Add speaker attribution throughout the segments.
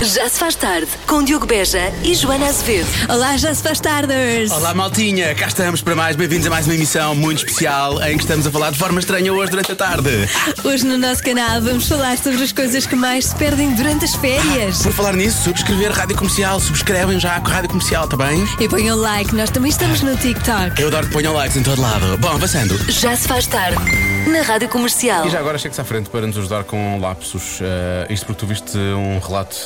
Speaker 1: Já se faz tarde com Diogo Beja e Joana Azevedo.
Speaker 2: Olá, já se faz tardes!
Speaker 3: Olá, maltinha! Cá estamos para mais. Bem-vindos a mais uma emissão muito especial em que estamos a falar de forma estranha hoje durante a tarde.
Speaker 2: Hoje no nosso canal vamos falar sobre as coisas que mais se perdem durante as férias.
Speaker 3: Por falar nisso, subscrever Rádio Comercial. Subscrevem já a Rádio Comercial, tá bem?
Speaker 4: Ah.
Speaker 2: E ponham like, nós também estamos no TikTok.
Speaker 3: Eu adoro que ponham likes em todo lado. Bom, avançando.
Speaker 1: Já se faz tarde na Rádio Comercial.
Speaker 4: E já agora chega-se à frente Então, para nos ajudar com lapsos. Eh, isto porque tu viste um relato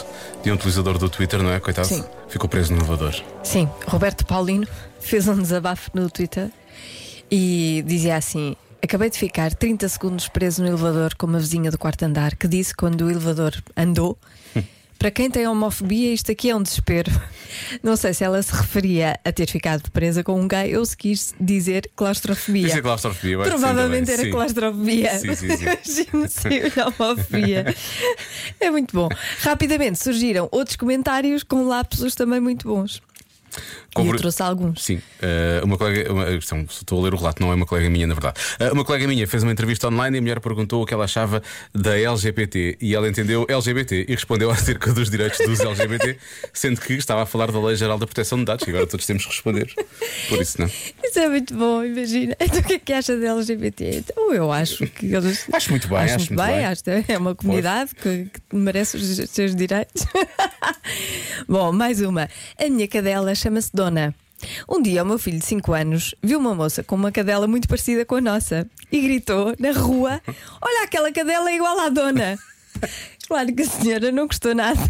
Speaker 4: de um utilizador do Twitter, não é? Coitado.
Speaker 5: Sim.
Speaker 4: Ficou preso no elevador.
Speaker 5: Sim, Roberto Paulino fez um desabafo no Twitter e dizia assim: Acabei de ficar 30 segundos preso no elevador com uma vizinha do quarto andar que disse quando o elevador andou. Para quem tem homofobia, isto aqui é um desespero. Não sei se ela se referia a ter ficado presa com um gay ou se quis dizer claustrofobia.
Speaker 4: Disse claustrofobia, eu acho que sim
Speaker 5: Provavelmente
Speaker 4: também,
Speaker 5: era
Speaker 4: sim.
Speaker 5: claustrofobia.
Speaker 4: Sim, sim, sim.
Speaker 5: Imagino se homofobia. É muito bom. Rapidamente surgiram outros comentários com lapsos também muito bons. E eu
Speaker 4: Compre-
Speaker 5: trouxe alguns.
Speaker 4: Sim, eh, uma colega. Uma, questão, estou a ler o relato, não é uma colega minha, na verdade. Eh, uma colega minha fez uma entrevista online e a mulher perguntou o que ela achava da LGBT e ela entendeu LGBT e respondeu acerca dos direitos dos LGBT, sendo que estava a falar da Lei Geral da Proteção de Dados, que agora todos temos que responder. Por isso, não.
Speaker 5: Isso é muito bom, imagina. Então o que é que acha da LGBT? Então eu acho que eles.
Speaker 4: Acho muito bem, acho
Speaker 5: muito
Speaker 4: muito
Speaker 5: bem,
Speaker 4: bem.
Speaker 5: acho que é uma comunidade que, que merece os seus direitos. bom, mais uma. A minha cadela chama-se Dona. Um dia, o meu filho de 5 anos viu uma moça com uma cadela muito parecida com a nossa e gritou na rua: Olha, aquela cadela é igual à Dona. Claro que a senhora não gostou nada.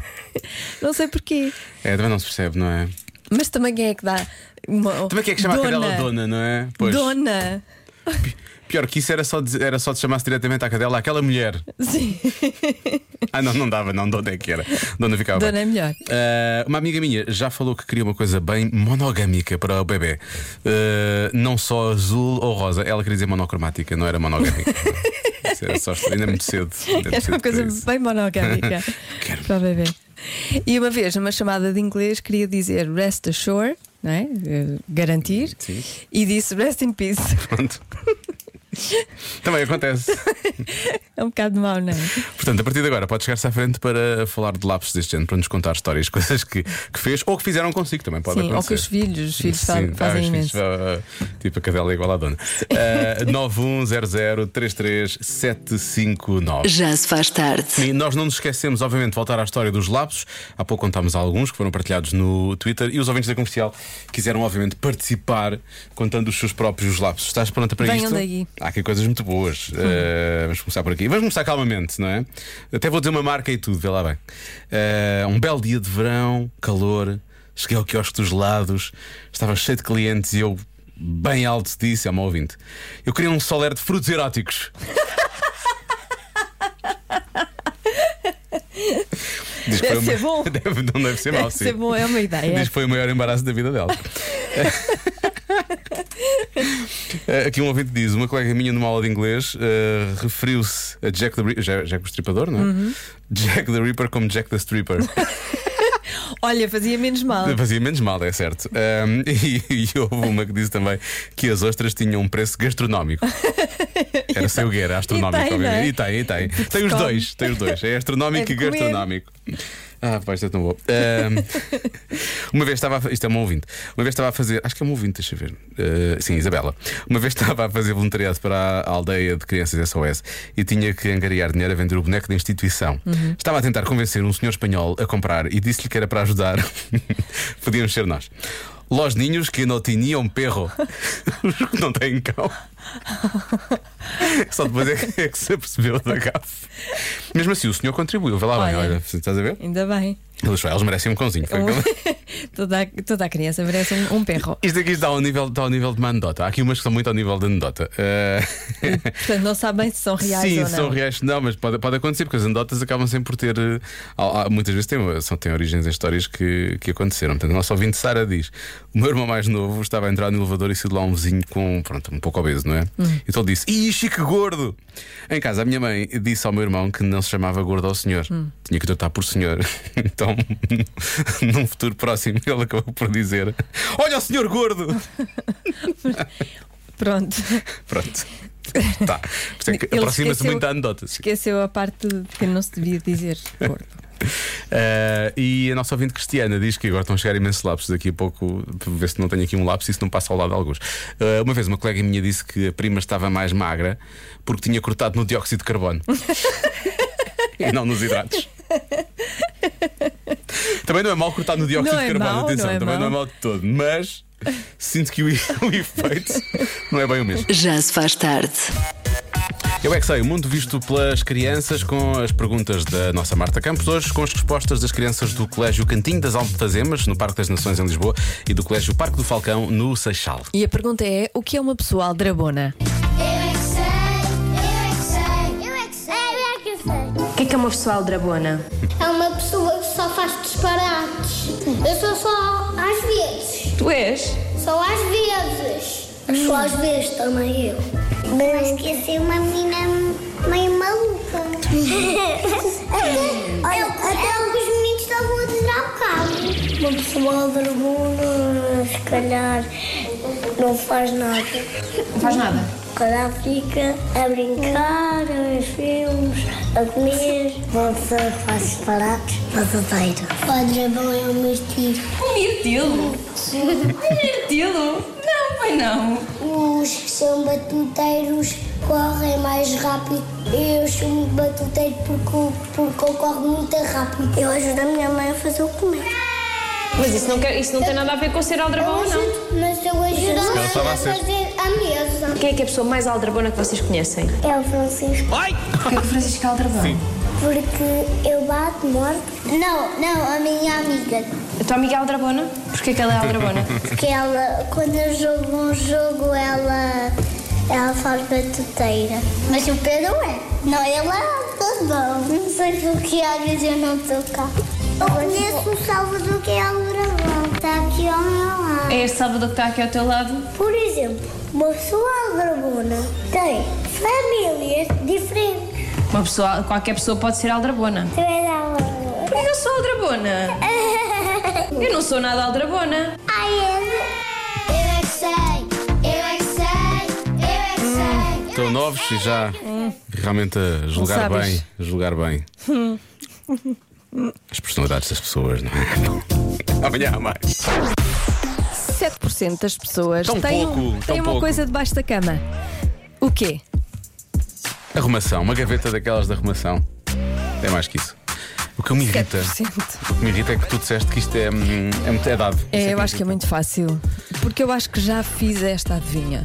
Speaker 5: Não sei porquê.
Speaker 4: É, também não se percebe, não é?
Speaker 5: Mas também quem é que dá. Uma...
Speaker 4: Também quem é que chama a cadela dona, não é? Pois.
Speaker 5: Dona.
Speaker 4: Pior que isso era só de, era só de chamar-se diretamente à cadela aquela mulher.
Speaker 5: Sim,
Speaker 4: Ah, não, não dava, não, dona é que era. Dona ficava.
Speaker 5: Dona
Speaker 4: bem.
Speaker 5: é melhor.
Speaker 4: Ah, uma amiga minha já falou que queria uma coisa bem monogâmica para o bebê. Ah, não só azul ou rosa. Ela queria dizer monocromática, não era monogâmica. Isso era só, ainda é muito cedo. Ainda é muito
Speaker 5: era uma
Speaker 4: cedo para
Speaker 5: coisa
Speaker 4: isso.
Speaker 5: bem monogâmica
Speaker 4: Quero.
Speaker 5: para o bebê. E uma vez, numa chamada de inglês, queria dizer rest assure, não é? Eh, Garantir.
Speaker 4: Sim.
Speaker 5: E disse rest in peace.
Speaker 4: Pronto. Também acontece.
Speaker 5: É um bocado mau, não é?
Speaker 4: Portanto, a partir de agora, pode chegar-se à frente para falar de lapsos deste género, para nos contar histórias, coisas que, que fez ou que fizeram consigo também. Pode
Speaker 5: Sim, ou
Speaker 4: acontecer.
Speaker 5: que os filhos, os filhos
Speaker 4: Sim,
Speaker 5: fazem,
Speaker 4: ah,
Speaker 5: fazem
Speaker 4: os
Speaker 5: imenso.
Speaker 4: filhos, ah, ah, tipo a cadela é igual à dona. Ah, 910033759.
Speaker 1: Já se faz tarde.
Speaker 4: E nós não nos esquecemos, obviamente, de voltar à história dos lapsos. Há pouco contámos alguns que foram partilhados no Twitter e os ouvintes da comercial quiseram, obviamente, participar contando os seus próprios lapsos. Estás pronta para
Speaker 5: Venham
Speaker 4: isto?
Speaker 5: daí. Hum.
Speaker 4: Há aqui coisas muito boas. Eh, vamos começar por aqui. Vamos começar calmamente, não é? Até vou dizer uma marca e tudo, vê lá bem. Eh, um belo dia de verão, calor, cheguei ao quiosque dos lados, estava cheio de clientes e eu, bem alto, disse a uma ouvinte: Eu queria um soler de frutos eróticos. Diz que
Speaker 5: Deve
Speaker 4: foi o
Speaker 5: ser
Speaker 4: ma-
Speaker 5: bom.
Speaker 4: Deve, não deve ser mau,
Speaker 5: Deve
Speaker 4: sim.
Speaker 5: ser bom, é uma
Speaker 4: Diz
Speaker 5: ideia.
Speaker 4: que foi o maior embaraço da vida dela. Eh, Aqui um ouvinte diz: uma colega minha numa aula de inglês eh, referiu-se a Jack the Ripper, Jack, Jack o Estripador, não é? Jack the Ripper como Jack the Stripper.
Speaker 5: Olha, fazia menos mal.
Speaker 4: Fazia menos mal, é certo. Ahm, e, e houve uma que disse também que as ostras tinham um preço gastronómico. Era sem o que era, astronómico,
Speaker 5: E tem,
Speaker 4: obviamente.
Speaker 5: não é?
Speaker 4: E tem, e tem.
Speaker 5: Porque
Speaker 4: Tem
Speaker 5: se
Speaker 4: os
Speaker 5: come.
Speaker 4: dois, tem os dois. É
Speaker 5: É
Speaker 4: astronómico
Speaker 5: de
Speaker 4: e
Speaker 5: comer.
Speaker 4: gastronómico. Ah, pá, isto é tão bom. Ahm, uma vez estava a, fa- Isto é um ouvinte. Uma vez estava a fazer. Acho que é um ouvinte, deixa eu ver. Ah, sim, Isabela. Uma vez estava a fazer voluntariado para a aldeia de crianças SOS e tinha que angariar dinheiro a vender o boneco da instituição.
Speaker 5: Uhum.
Speaker 4: Estava a tentar convencer um senhor espanhol a comprar e disse-lhe que era para ajudar. Podíamos ser nós. Los niños que não tinham perro. Os que não têm cão. Só depois é que, é que se apercebeu da gafe. Mesmo assim, o senhor contribuiu. Vê lá bem,
Speaker 5: Olha.
Speaker 4: olha, estás a ver?
Speaker 5: Ainda bem.
Speaker 4: Eles, só- eles merecem um cãozinho. Foi o que ele-
Speaker 5: Um- toda, a, toda a criança merece um, um perro.
Speaker 4: Isto aqui está ao, nível, está ao nível de uma anedota. Há aqui umas que são muito ao nível de anedota. Eh,
Speaker 5: Portanto, não sabem se são reais
Speaker 4: Sim,
Speaker 5: ou não.
Speaker 4: são reais, não, mas pode, pode acontecer, porque as anedotas acabam sempre por ter. eh, há- há- muitas vezes têm, são, têm origens em histórias que, que aconteceram. Portanto, o nosso ouvinte Sara diz: O meu irmão mais novo estava a entrar no elevador e saiu de lá um vizinho com, pronto, um pouco obeso, não é?
Speaker 5: Hum.
Speaker 4: Então ele disse: Ixi, que gordo! Em casa, a minha mãe disse ao meu irmão que não se chamava gordo ao senhor,
Speaker 5: Hum.
Speaker 4: tinha que tratar por senhor. Então, num futuro próximo, ele acabou por dizer: Olha o senhor gordo!
Speaker 5: Pronto.
Speaker 4: Pronto. Tá. Por isso é que
Speaker 5: Ele
Speaker 4: aproxima-se
Speaker 5: esqueceu-
Speaker 4: muito da anedota. sim.
Speaker 5: Esqueceu a parte de que não se devia dizer gordo.
Speaker 4: Eh, e a nossa ouvinte Cristiana diz que agora estão a chegar imensos lapsos. Daqui a pouco, para ver se não tenho aqui um lapso e se não passa ao lado de alguns. Eh, uma vez uma colega minha disse que a prima estava mais magra porque tinha cortado no dióxido de carbono e não nos hidratos. também não é mau cortar no dióxido
Speaker 5: Não
Speaker 4: de
Speaker 5: é
Speaker 4: carbono,
Speaker 5: mau,
Speaker 4: atenção,
Speaker 5: não é
Speaker 4: também não é
Speaker 5: mau.
Speaker 4: mau de todo, mas sinto que o, o efeito não é bem o mesmo.
Speaker 1: Já se faz tarde.
Speaker 4: Eu é que sei, o mundo visto pelas crianças com as perguntas da nossa Marta Campos, hoje com as respostas das crianças do Colégio Cantinho das Alfazemas, no Parque das Nações em Lisboa, e do Colégio Parque do Falcão, no Seixal.
Speaker 5: E a pergunta é: o que é uma pessoa aldrabona?
Speaker 6: Eu é que sei, eu é que sei, eu é que sei, eu é que sei.
Speaker 7: O que é que é uma pessoa aldrabona?
Speaker 6: É uma pessoa que só faz disparates. Eu sou só às vezes.
Speaker 7: Tu és?
Speaker 6: Só às vezes. Só às vezes também eu. Mas acho que ia uma menina meio maluca. Hum. até, até os meninos estavam a dizer há bocado. Uma pessoa vergonha, se calhar, não faz nada.
Speaker 7: Não faz nada.
Speaker 6: Quando fica a brincar, a ver filmes, a comer. Uma pessoa que faz parados, passadeiro. Padre bom é o meu estilo.
Speaker 7: Um mirtilo? Um mirtilo? Não, pois não.
Speaker 6: Os que são batuteiros correm mais rápido. Eu sou muito batuteiro porque, eu- porque eu corro muito rápido. Eu ajudo a minha mãe a fazer o comer.
Speaker 7: Mas isso não, quer- isso não tem nada a ver com ser
Speaker 8: Tá
Speaker 7: aldrabona, não.
Speaker 6: mas eu ajudo a
Speaker 4: ela estava a ser.
Speaker 6: fazer a mesa.
Speaker 7: Quem é que é a pessoa mais aldrabona que vocês conhecem?
Speaker 6: É o Francisco.
Speaker 7: Porque o Francisco é aldrabona.
Speaker 6: Porque eu bato, morto. Não, não, a minha amiga.
Speaker 7: A tua amiga é aldrabona? Porquê que ela é aldrabona?
Speaker 6: Porque ela, quando eu jogo um jogo, ela, ela faz batuteira. Mas o Pedro é. Não, ela é todo bom. Não sei porque às vezes eu não estou cá. Eu conheço o Salvador que é o dragão. Está aqui ao meu lado.
Speaker 7: é este Salvador que está aqui ao teu lado?
Speaker 6: Por exemplo, uma pessoa aldrabona tem famílias diferentes.
Speaker 7: Uma pessoa, qualquer pessoa pode ser aldrabona.
Speaker 6: Tu é és aldrabona.
Speaker 7: Porque eu sou aldrabona. Eu não sou nada aldrabona.
Speaker 6: Ai, eu... Eu é que sei. Eu é que sei. Eu é que sei.
Speaker 4: Estão novos e já realmente a julgar
Speaker 5: Não sabes.
Speaker 4: bem, a julgar bem as personalidades das pessoas, não é? Amanhã há mais.
Speaker 5: 7% das pessoas
Speaker 4: Tão
Speaker 5: têm,
Speaker 4: pouco,
Speaker 5: um-
Speaker 4: tão
Speaker 5: têm uma
Speaker 4: pouco.
Speaker 5: coisa debaixo da cama. O quê?
Speaker 4: Arrumação, uma gaveta daquelas de arrumação. É mais que isso. O que me
Speaker 5: é
Speaker 4: irrita,
Speaker 5: 7%.
Speaker 4: o que me irrita é que tu disseste que isto é, hum, é, muito- é dado. Isso
Speaker 5: É, eu acho que
Speaker 4: irrita.
Speaker 5: é muito fácil. Porque eu acho que já fiz esta adivinha.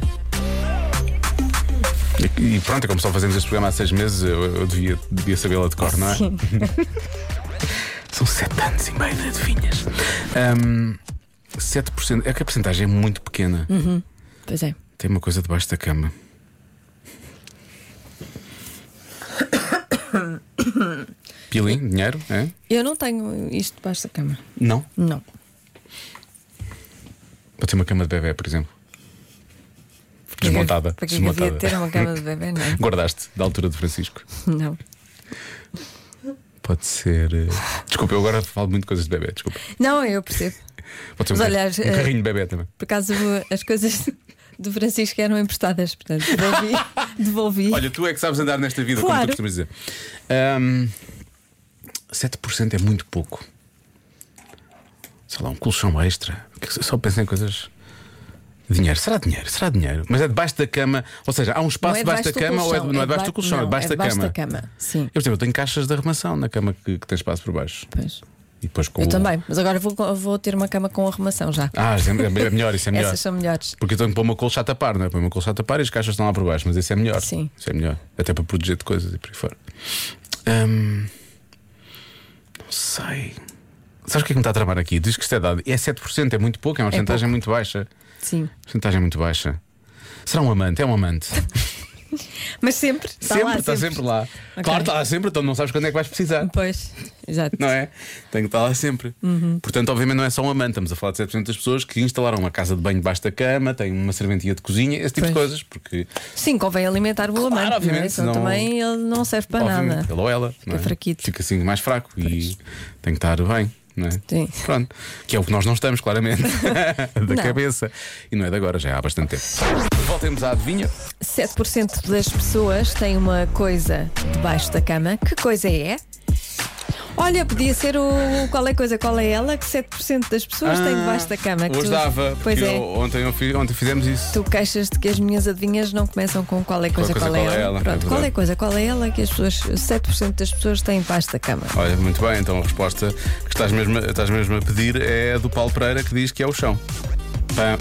Speaker 4: E, e pronto, como só fazemos este programa há seis meses, eu, eu devia, devia sabê-la de cor, não é?
Speaker 5: Sim.
Speaker 4: São sete anos e meio de adivinhas. Ahm, 7%. É que a porcentagem é muito pequena.
Speaker 5: Hum. Pois é.
Speaker 4: Tem uma coisa debaixo da cama. Pilim, dinheiro, é?
Speaker 5: Eu não tenho isto debaixo da cama.
Speaker 4: Não.
Speaker 5: Não.
Speaker 4: Pode ter uma cama de bebê, por exemplo.
Speaker 5: que-
Speaker 4: Desmontada.
Speaker 5: Para que é que
Speaker 4: desmontada.
Speaker 5: havia de ter uma cama de bebê, não é?
Speaker 4: Guardaste, da altura de Francisco.
Speaker 5: Não.
Speaker 4: Pode ser. eh, Desculpa, eu agora falo muito de coisas de bebê, desculpa.
Speaker 5: Não, eu percebo.
Speaker 4: Pode ser um,
Speaker 5: Mas
Speaker 4: carrinho-
Speaker 5: olha,
Speaker 4: um
Speaker 5: eh,
Speaker 4: carrinho de bebê também.
Speaker 5: Por acaso as coisas do Francisco eram emprestadas, portanto, devolvi. devolvi.
Speaker 4: Olha, tu é que sabes andar nesta vida, como
Speaker 5: Claro.
Speaker 4: tu costumas dizer. Ahm, 7% é muito pouco. Sei lá, um colchão extra. Que eu Só penso em coisas. Dinheiro, será dinheiro, será dinheiro. Mas é debaixo da cama, ou seja, há um espaço
Speaker 5: Não é
Speaker 4: debaixo da
Speaker 5: debaixo do
Speaker 4: cama ou é,
Speaker 5: colchão,
Speaker 4: não é
Speaker 5: é
Speaker 4: debaixo do
Speaker 5: deba-
Speaker 4: colchão, é
Speaker 5: não,
Speaker 4: debaixo
Speaker 5: é
Speaker 4: da
Speaker 5: debaixo
Speaker 4: cama.
Speaker 5: da cama, sim.
Speaker 4: Eu, por exemplo, eu tenho caixas de arrumação na cama que, que tem espaço por baixo.
Speaker 5: Pois.
Speaker 4: E depois com
Speaker 5: Eu
Speaker 4: o-
Speaker 5: também, mas agora vou, vou ter uma cama com arrumação já.
Speaker 4: Ah, isso é é melhor, isso é melhor.
Speaker 5: Essas são melhores.
Speaker 4: Porque eu tenho que pôr uma colcha a tapar, não é? Põe uma colcha a tapar e as caixas estão lá por baixo, mas isso é melhor.
Speaker 5: Sim.
Speaker 4: Isso é melhor. Até para proteger de coisas e por aí fora. Hum, não sei. Sabes o que é que me está a travar aqui? Diz que isto é dado. É 7%, é muito pouco, é uma porcentagem muito baixa.
Speaker 5: Sim.
Speaker 4: Porcentagem muito baixa. Será um amante? É um amante.
Speaker 5: Mas sempre, está
Speaker 4: sempre,
Speaker 5: Tá lá,
Speaker 4: está sempre lá.
Speaker 5: Ok.
Speaker 4: Claro, está lá sempre, então não sabes quando é que vais precisar.
Speaker 5: Pois, exato.
Speaker 4: Não é? Tem que estar lá sempre.
Speaker 5: Uhum.
Speaker 4: Portanto, obviamente, não é só um amante. Estamos a falar de 7% das pessoas que instalaram uma casa de banho debaixo da cama, têm uma serventia de cozinha, esse tipo de
Speaker 5: Pois.
Speaker 4: coisas, porque
Speaker 5: Sim, convém alimentar o amante, não
Speaker 4: obviamente,
Speaker 5: é? Senão
Speaker 4: senão-
Speaker 5: também ele não serve para
Speaker 4: Obviamente,
Speaker 5: nada.
Speaker 4: Ele ou ela. não é?
Speaker 5: fraquito.
Speaker 4: Fica assim mais fraco e tem que estar bem. não é?
Speaker 5: Sim.
Speaker 4: Pronto. Que é o que nós não estamos, claramente. da
Speaker 5: Não.
Speaker 4: cabeça. E não é de agora, já há bastante tempo. Voltemos à adivinha.
Speaker 5: 7% das pessoas têm uma coisa debaixo da cama. Que coisa é? Olha, podia ser o qual é a coisa, qual é ela, que 7% das pessoas têm debaixo da cama. Que
Speaker 4: Ah, Hoje
Speaker 5: tu-
Speaker 4: dava.
Speaker 5: Pois
Speaker 4: porque
Speaker 5: é.
Speaker 4: eu- ontem, eu fiz- ontem fizemos isso.
Speaker 5: Tu queixas-te que as minhas adivinhas não começam com qual é a coisa, qual, é, ela.
Speaker 4: é
Speaker 5: Pronto,
Speaker 4: verdade.
Speaker 5: qual é a coisa, qual é ela que as pessoas, 7% das pessoas têm debaixo da cama.
Speaker 4: Olha, muito bem, então a resposta que estás mesmo, a- estás mesmo a pedir é a do Paulo Pereira que diz que é o chão. Pá,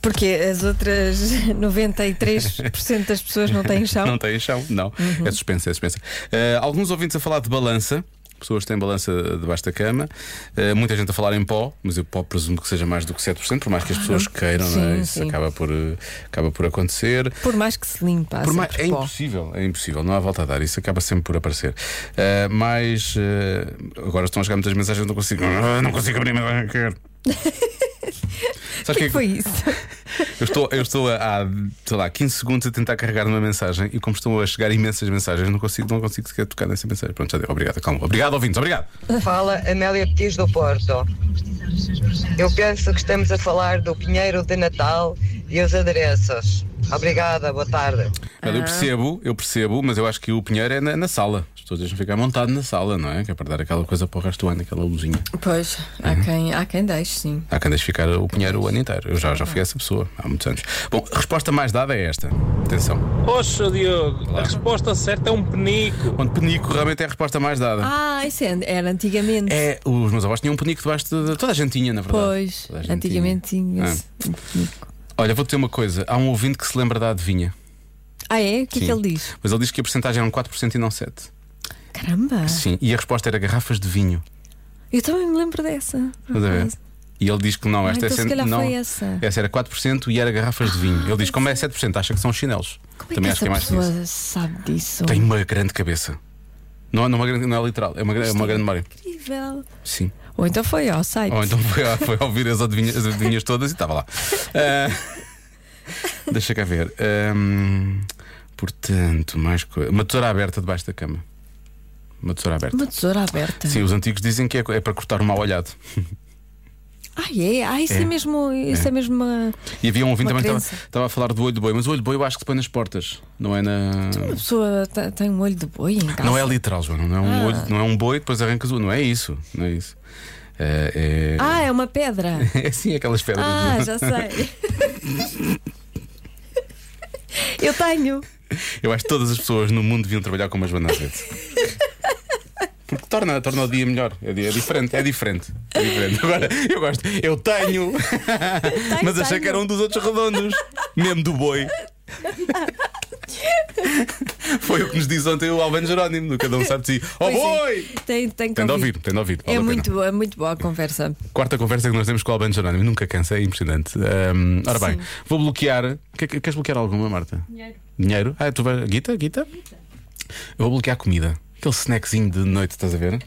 Speaker 5: Porque as outras 93% das pessoas não Uhum. têm chão.
Speaker 4: Não tem chão, não. É suspensa, é suspensa. Eh, alguns ouvintes a falar de balança. Pessoas que têm balança debaixo da cama, Eh, muita gente a falar em pó, mas eu pó presumo que seja mais do que 7%, por mais que as pessoas queiram, não é?
Speaker 5: Ah, Sim,
Speaker 4: isso
Speaker 5: sim.
Speaker 4: acaba por, eh, acaba por acontecer.
Speaker 5: Por mais que se limpa, há
Speaker 4: Por mais-
Speaker 5: sempre
Speaker 4: é
Speaker 5: pó.
Speaker 4: impossível, é impossível, não há volta a dar, isso acaba sempre por aparecer. Eh, mas eh, agora estão a chegar muitas mensagens, não consigo, Ah, não consigo abrir, mas eu quero. Sabes
Speaker 5: O que é que foi isso?
Speaker 4: eu estou, eu estou há, sei lá, 15 segundos a tentar carregar numa mensagem e como estão a chegar imensas mensagens, não consigo, não consigo sequer tocar nessa mensagem. Pronto, já deu. Obrigado, calma. Obrigado, ouvintes, obrigado.
Speaker 9: Fala Amélia Petis do Porto. Eu penso que estamos a falar do Pinheiro de Natal e os adereços. Obrigada, boa tarde.
Speaker 4: Olha, Eu
Speaker 5: Ah.
Speaker 4: percebo, eu percebo, mas eu acho que o Pinheiro é na, na sala. As pessoas deixam ficar montado na sala, não é? Que é para dar aquela coisa para o resto do ano, aquela luzinha.
Speaker 5: Pois, há
Speaker 4: Uhum.
Speaker 5: quem, há quem deixe, sim.
Speaker 4: Há quem deixe ficar o Pinheiro o ano inteiro. Eu já, já fui essa pessoa há muitos anos. Bom, a resposta mais dada é esta. Atenção.
Speaker 10: Poxa, Diogo, a resposta certa é um penico.
Speaker 4: Onde penico realmente é a resposta mais dada.
Speaker 5: Ah, isso é- era antigamente.
Speaker 4: É, os meus avós tinham um penico debaixo de. de- Toda a gente tinha, na verdade.
Speaker 5: Pois,
Speaker 4: Toda a gente tinha.
Speaker 5: antigamente tinha.
Speaker 4: Ah. Olha, vou dizer uma coisa. Há um ouvinte que se lembra da adivinha,
Speaker 5: Ah, é? O que é
Speaker 4: Sim.
Speaker 5: que ele diz?
Speaker 4: mas ele diz que a porcentagem era um 4% e não 7%.
Speaker 5: Caramba!
Speaker 4: Sim, e a resposta era garrafas de vinho.
Speaker 5: Eu também me lembro dessa. por
Speaker 4: Estás a ver?
Speaker 5: acaso.
Speaker 4: E ele diz que não,
Speaker 5: Ah,
Speaker 4: é. esta
Speaker 5: então
Speaker 4: é
Speaker 5: se
Speaker 4: cent-
Speaker 5: calhar
Speaker 4: não,
Speaker 5: foi essa.
Speaker 4: era 4% e era garrafas de vinho. Ele diz: como é 7%, acha que são chinelos.
Speaker 5: Como é
Speaker 4: Também
Speaker 5: que
Speaker 4: acho que é mais
Speaker 5: essa
Speaker 4: que isso.
Speaker 5: pessoa sabe disso?
Speaker 4: Tem uma grande cabeça. Não, é- não, é uma grande- não é literal, é uma, gra- é uma grande memória.
Speaker 5: Incrível.
Speaker 4: Sim.
Speaker 5: Ou então foi ao site.
Speaker 4: Ou então foi, foi ouvir as adivinhas, as adivinhas todas e estava lá. Ah, deixa cá ver. Ahm, portanto, mais coisa. Uma tesoura aberta debaixo da cama. Uma tesoura aberta.
Speaker 5: Uma tesoura aberta.
Speaker 4: Sim, os antigos dizem que é, é para cortar o mal olhado.
Speaker 5: Ah, é? Ah, isso é,
Speaker 4: É.
Speaker 5: mesmo. Isso é, mesmo uma,
Speaker 4: E havia um ouvinte
Speaker 5: Uma
Speaker 4: também que
Speaker 5: crença.
Speaker 4: estava, estava a falar do olho de boi, mas o olho de boi eu acho que se põe nas portas, não é na.
Speaker 5: uma pessoa te- tem um olho de boi em casa.
Speaker 4: Não é literal, João, não é
Speaker 5: Ah.
Speaker 4: um olho, não é um boi, depois arrancas o. Não é isso, não é isso. É, é...
Speaker 5: Ah, é uma pedra.
Speaker 4: é assim aquelas pedras.
Speaker 5: Ah, já sei. Eu tenho.
Speaker 4: Eu acho que todas as pessoas no mundo deviam trabalhar com umas bandas Porque torna, torna o dia melhor. É, di- é diferente, é diferente. É diferente. Agora, eu gosto. Eu tenho. Mas achei
Speaker 5: tenho.
Speaker 4: que era um dos outros redondos. Mesmo do boi. Foi o que nos disse ontem o Albano Jerónimo, do Cada um sabe de si. Oh
Speaker 5: Pois é.
Speaker 4: boi!
Speaker 5: Tem, tem que
Speaker 4: Tem de ouvir, tem de ouvir. vale
Speaker 5: É
Speaker 4: a pena.
Speaker 5: muito, é muito boa a conversa.
Speaker 4: Quarta conversa que nós temos com o Albano Jerónimo. Nunca cansa, é impressionante. Ahm, ora bem, vou bloquear. Que- que- Queres bloquear alguma, Marta? Dinheiro. Dinheiro? Ah, tu vais. Guita, guita? Eu vou bloquear comida. Aquele snackzinho de noite, estás a ver?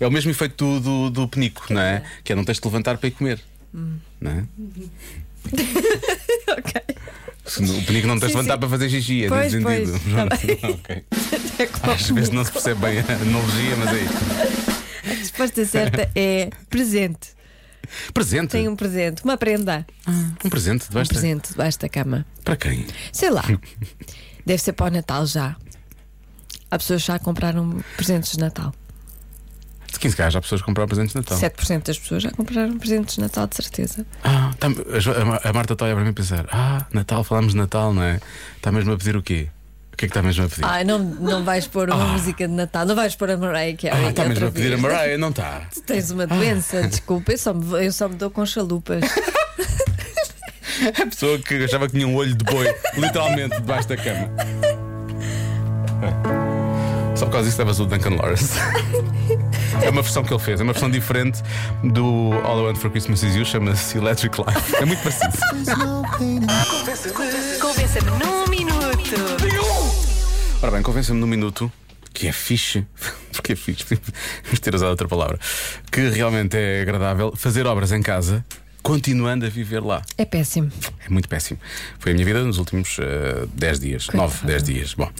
Speaker 4: É o mesmo efeito do, do, do penico, não é? Que é não tens de te levantar para ir comer. Não é?
Speaker 5: Hum. ok.
Speaker 4: Se no- O penico não tens de
Speaker 5: Sim,
Speaker 4: levantar
Speaker 5: sim.
Speaker 4: para fazer xixi, é
Speaker 5: Pois,
Speaker 4: nesse
Speaker 5: pois.
Speaker 4: sentido.
Speaker 5: Tá
Speaker 4: Ok.
Speaker 5: É como
Speaker 4: Às vezes não se percebe bem a analogia, mas é isto.
Speaker 5: a resposta certa é presente.
Speaker 4: Presente.
Speaker 5: Tem um presente, uma prenda.
Speaker 4: Um presente,
Speaker 5: Um
Speaker 4: debaixo da-
Speaker 5: presente debaixo da cama.
Speaker 4: Para quem?
Speaker 5: Sei lá. Deve ser para o Natal já. Há pessoas que já compraram presentes de Natal.
Speaker 4: De 15 cá, já há pessoas que compraram presentes de Natal.
Speaker 5: 7% das pessoas já compraram presentes de Natal, de certeza.
Speaker 4: Ah, tá- a Jo- a Ma- a Marta está a olhar para mim e pensar: Ah, Natal, falámos de Natal, não é? Está mesmo a pedir o quê? O que é que está mesmo a pedir?
Speaker 5: Ai, não, não vais pôr uma música de Natal, não vais pôr a Mariah Carey.
Speaker 4: Ah, está mesmo
Speaker 5: outra
Speaker 4: a pedir a Ah.
Speaker 5: vez.
Speaker 4: Mariah, não está?
Speaker 5: Tu tens uma doença, desculpa, eu só, me, eu só me dou com chalupas.
Speaker 4: A pessoa que achava que tinha um olho de boi, literalmente, debaixo da cama. É. Só por causa disso estavas o Duncan Lawrence. É uma versão que ele fez, é uma versão diferente do All I Want for Christmas Is You, chama-se Electric Life. É muito parecido.
Speaker 1: Convença-me num minuto.
Speaker 4: Ora bem, convença-me num minuto que é fixe, porque é fixe, vamos ter usado outra palavra, que realmente é agradável fazer obras em casa continuando a viver lá.
Speaker 5: É péssimo.
Speaker 4: É muito péssimo. Foi a minha vida nos últimos eh, 10 dias, 9, 10 dias. Bom,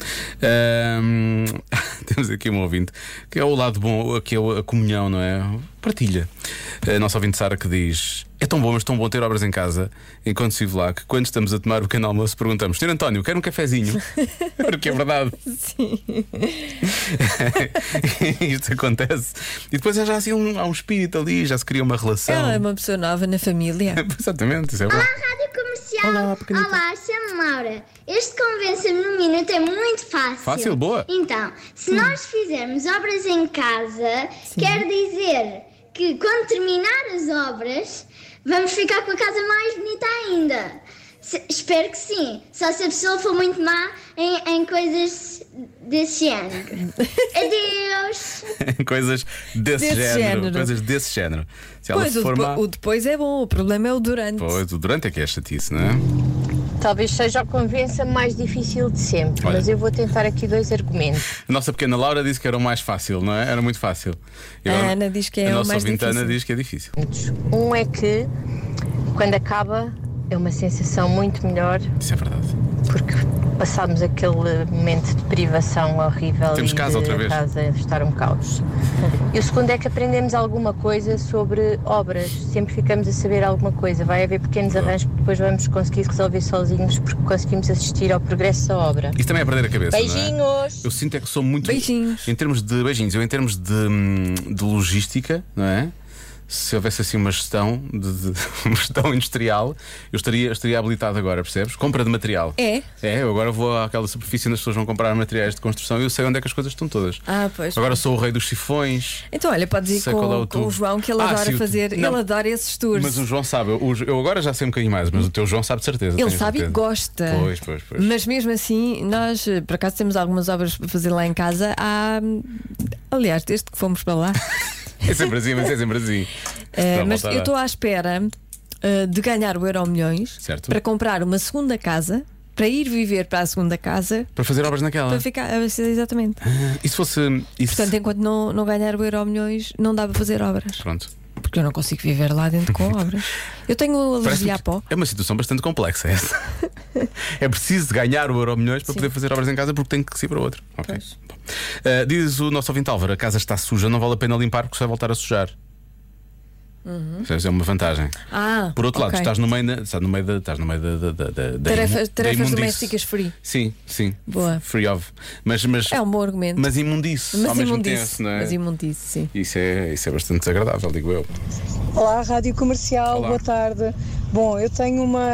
Speaker 4: Ahm, temos aqui um ouvinte que é o lado bom, que é a comunhão, não é? Partilha. A nossa ouvinte Sara que diz: É tão bom, mas tão bom ter obras em casa enquanto estive lá que quando estamos a tomar o pequeno almoço perguntamos: Senhor António, quer um cafezinho? Porque é verdade. Isto acontece. E depois há já assim um, há um espírito ali, já se cria uma relação.
Speaker 5: Ela é uma pessoa nova na família.
Speaker 4: Exatamente, isso é bom.
Speaker 6: Olá, Rádio Comercial.
Speaker 4: Olá, tá- pequenita.
Speaker 6: Olá, chamo Laura. Este convencer-me num minuto é muito fácil.
Speaker 4: Fácil, boa. Hum.
Speaker 6: Então, se nós fizermos obras em casa, quer dizer que quando terminar as obras, vamos ficar com a casa mais bonita ainda. Se- espero que sim. Só se a pessoa for muito má em, em coisas desse género. Adeus.
Speaker 4: coisas desse,
Speaker 5: Desse
Speaker 4: género,
Speaker 5: género.
Speaker 4: Coisas desse género. Se ela
Speaker 5: Pois, o,
Speaker 4: for
Speaker 5: depo-
Speaker 4: má.
Speaker 5: o depois é bom, o problema é o durante.
Speaker 4: Pois, o durante é que é chatice, não é?
Speaker 11: Talvez seja a convença mais difícil de sempre,
Speaker 4: Olha.
Speaker 11: mas eu vou tentar aqui dois argumentos.
Speaker 4: A nossa pequena Laura disse que era o mais fácil, não é? Era muito fácil. E
Speaker 5: A
Speaker 4: agora
Speaker 5: Ana diz que é
Speaker 4: a
Speaker 5: o
Speaker 4: nossa
Speaker 5: mais
Speaker 4: ouvinte Ana
Speaker 5: difícil.
Speaker 4: diz que é difícil.
Speaker 11: Um é que quando acaba é uma sensação muito melhor
Speaker 4: Isso é verdade.
Speaker 11: porque passámos aquele momento de privação horrível
Speaker 4: Temos
Speaker 11: e
Speaker 4: casa
Speaker 11: de
Speaker 4: outra vez.
Speaker 11: a casa estar um caos. E o segundo é que aprendemos alguma coisa sobre obras. Sempre ficamos a saber alguma coisa. Vai haver pequenos avanços que depois vamos conseguir resolver sozinhos porque conseguimos assistir ao progresso da obra.
Speaker 4: Isso também é perder a cabeça. Não é?
Speaker 11: Beijinhos!
Speaker 4: Eu sinto é que sou muito.
Speaker 5: Beijinhos.
Speaker 4: Em termos de beijinhos, eu em termos de, hum, de logística, não é? Se houvesse assim uma gestão, de, de- uma gestão industrial, eu estaria, estaria habilitado agora, percebes? Compra de material.
Speaker 5: É?
Speaker 4: É, eu agora vou àquela superfície onde as pessoas vão comprar materiais de construção e eu sei onde é que as coisas estão todas.
Speaker 5: Ah, pois.
Speaker 4: Agora sou o rei dos chifões.
Speaker 5: Então, olha, podes ir
Speaker 4: Sei qual é
Speaker 5: com,
Speaker 4: o
Speaker 5: com o
Speaker 4: tubo.
Speaker 5: João, que ele
Speaker 4: Ah,
Speaker 5: adora
Speaker 4: sim, o tubo.
Speaker 5: fazer,
Speaker 4: Não.
Speaker 5: ele adora esses tours.
Speaker 4: Mas o João sabe, eu, o Jo- eu agora já sei um bocadinho mais, mas o teu João sabe de certeza.
Speaker 5: Ele
Speaker 4: tenho
Speaker 5: sabe e
Speaker 4: certeza.
Speaker 5: gosta.
Speaker 4: Pois, pois, pois.
Speaker 5: Mas mesmo assim, nós eh, por acaso temos algumas obras para fazer lá em casa. Há, hum, aliás, desde que fomos para lá.
Speaker 4: É sempre assim, mas é sempre assim.
Speaker 5: Eh,
Speaker 4: Para
Speaker 5: mas
Speaker 4: voltar
Speaker 5: eu
Speaker 4: a-
Speaker 5: estou à espera eh, de ganhar o Euro Milhões
Speaker 4: Certo.
Speaker 5: para comprar uma segunda casa, para ir viver para a segunda casa,
Speaker 4: Para fazer obras naquela.
Speaker 5: para ficar. eh, Exatamente.
Speaker 4: E se fosse. e se-
Speaker 5: Portanto, enquanto não, não ganhar o Euro Milhões, não dá para fazer obras.
Speaker 4: Pronto.
Speaker 5: Porque eu não consigo viver lá dentro com obras. Eu tenho
Speaker 4: Parece-me
Speaker 5: alergia a
Speaker 4: que
Speaker 5: pó.
Speaker 4: É uma situação bastante complexa essa. é preciso ganhar o euro milhões para poder fazer obras em casa porque tem que ser para outro. Ok. Bom. Ah, diz o nosso ouvinte Álvaro: a casa está suja, não vale a pena limpar porque só vai voltar a sujar. Ou seja, É uma vantagem.
Speaker 5: Ah,
Speaker 4: Por outro lado,
Speaker 5: Uhum. ok.
Speaker 4: estás no meio da. Estás no meio da, estás no meio da, da, da, da- da
Speaker 5: Tarefas,
Speaker 4: imu- da
Speaker 5: tarefas
Speaker 4: imundice.
Speaker 5: domésticas free.
Speaker 4: Sim, sim.
Speaker 5: Boa.
Speaker 4: Free of. Mas, mas,
Speaker 5: É um bom argumento.
Speaker 4: mas imundice ao
Speaker 5: Mas
Speaker 4: mesmo
Speaker 5: imundice.
Speaker 4: tempo, não é?
Speaker 5: Mas imundice, sim.
Speaker 4: Isso é, isso é bastante desagradável, digo eu.
Speaker 8: Olá, Rádio Comercial,
Speaker 4: Olá.
Speaker 8: boa tarde. Bom, eu tenho uma,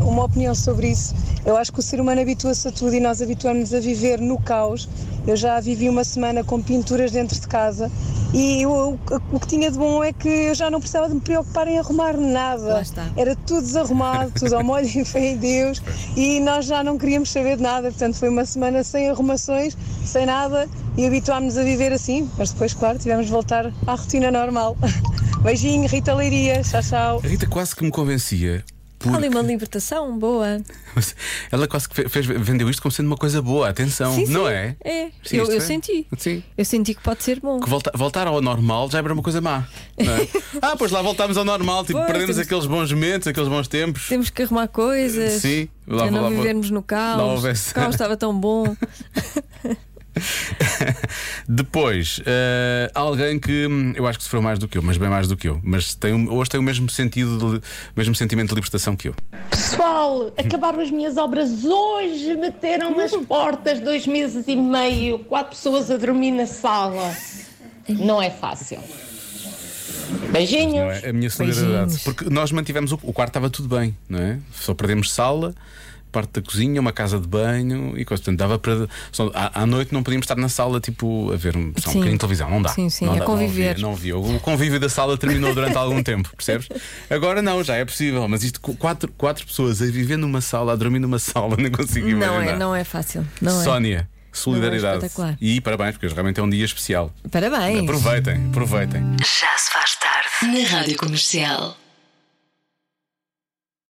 Speaker 8: uma opinião sobre isso. Eu acho que o ser humano habitua-se a tudo e nós habituamos a viver no caos. Eu já vivi uma semana com pinturas dentro de casa e eu- o que tinha de bom é que eu já não precisava de me preocupar em arrumar nada.
Speaker 5: Lá está.
Speaker 8: Era tudo desarrumado, tudo ao molho e fé em Deus e nós já não queríamos saber de nada. Portanto, foi uma semana sem arrumações, sem nada e habituámos a viver assim. Mas depois, claro, tivemos de voltar à rotina normal. Beijinho, Rita Leiria. Tchau, tchau.
Speaker 4: A Rita quase que me convencia.
Speaker 5: Há
Speaker 4: Porque...
Speaker 5: ali uma libertação boa.
Speaker 4: Ela quase que fe- fez, vendeu isto como sendo uma coisa boa, atenção,
Speaker 5: Sim, sim.
Speaker 4: não é?
Speaker 5: É.
Speaker 4: Sim,
Speaker 5: eu
Speaker 4: isto
Speaker 5: eu
Speaker 4: é.
Speaker 5: senti.
Speaker 4: Sim.
Speaker 5: Eu senti que pode ser bom.
Speaker 4: Que volta- voltar ao normal já era uma coisa má. não é? ah, pois lá voltámos ao normal, tipo,
Speaker 5: Pois,
Speaker 4: perdemos
Speaker 5: temos-
Speaker 4: aqueles bons momentos, aqueles bons tempos.
Speaker 5: Temos que arrumar coisas.
Speaker 4: Sim, lá
Speaker 5: para
Speaker 4: vou- lá
Speaker 5: não
Speaker 4: vou-
Speaker 5: vivermos no
Speaker 4: lá
Speaker 5: caos.
Speaker 4: houvesse-
Speaker 5: O caos estava tão bom.
Speaker 4: Depois, eh, alguém que hum, eu acho que sofreu mais do que eu, mas bem mais do que eu, mas tem, o- hoje tem o mesmo sentido, de, li- mesmo sentimento de libertação que eu.
Speaker 11: Pessoal, acabaram as minhas obras hoje, meteram-me as portas dois meses e meio, quatro pessoas a dormir na sala. Não é fácil.
Speaker 4: Não
Speaker 11: Beijinhos.
Speaker 4: é? A minha solidariedade.
Speaker 5: Beijinhos.
Speaker 4: Porque nós mantivemos o, o quarto, estava tudo bem, não é? Só perdemos sala, parte da cozinha, uma casa de banho e coisa. Portanto, dava para. só- à, à noite não podíamos estar na sala, tipo, a ver um, só um
Speaker 5: Sim.
Speaker 4: bocadinho de televisão. Não dá.
Speaker 5: Sim, sim,
Speaker 4: não
Speaker 5: a
Speaker 4: dá,
Speaker 5: conviver.
Speaker 4: Não havia, não havia. O convívio da sala terminou durante algum tempo, percebes? Agora não, já é possível. Mas isto, co- quatro, quatro pessoas a viver numa sala, a dormir numa sala, não consigo
Speaker 5: não
Speaker 4: imaginar.
Speaker 5: é, não é fácil. Não é
Speaker 4: Sónia, solidariedade.
Speaker 5: espetacular.
Speaker 4: e parabéns, porque hoje realmente é um dia especial.
Speaker 5: é. Parabéns.
Speaker 4: Aproveitem, aproveitem.
Speaker 1: Já se faz tarde. Na Rádio Comercial.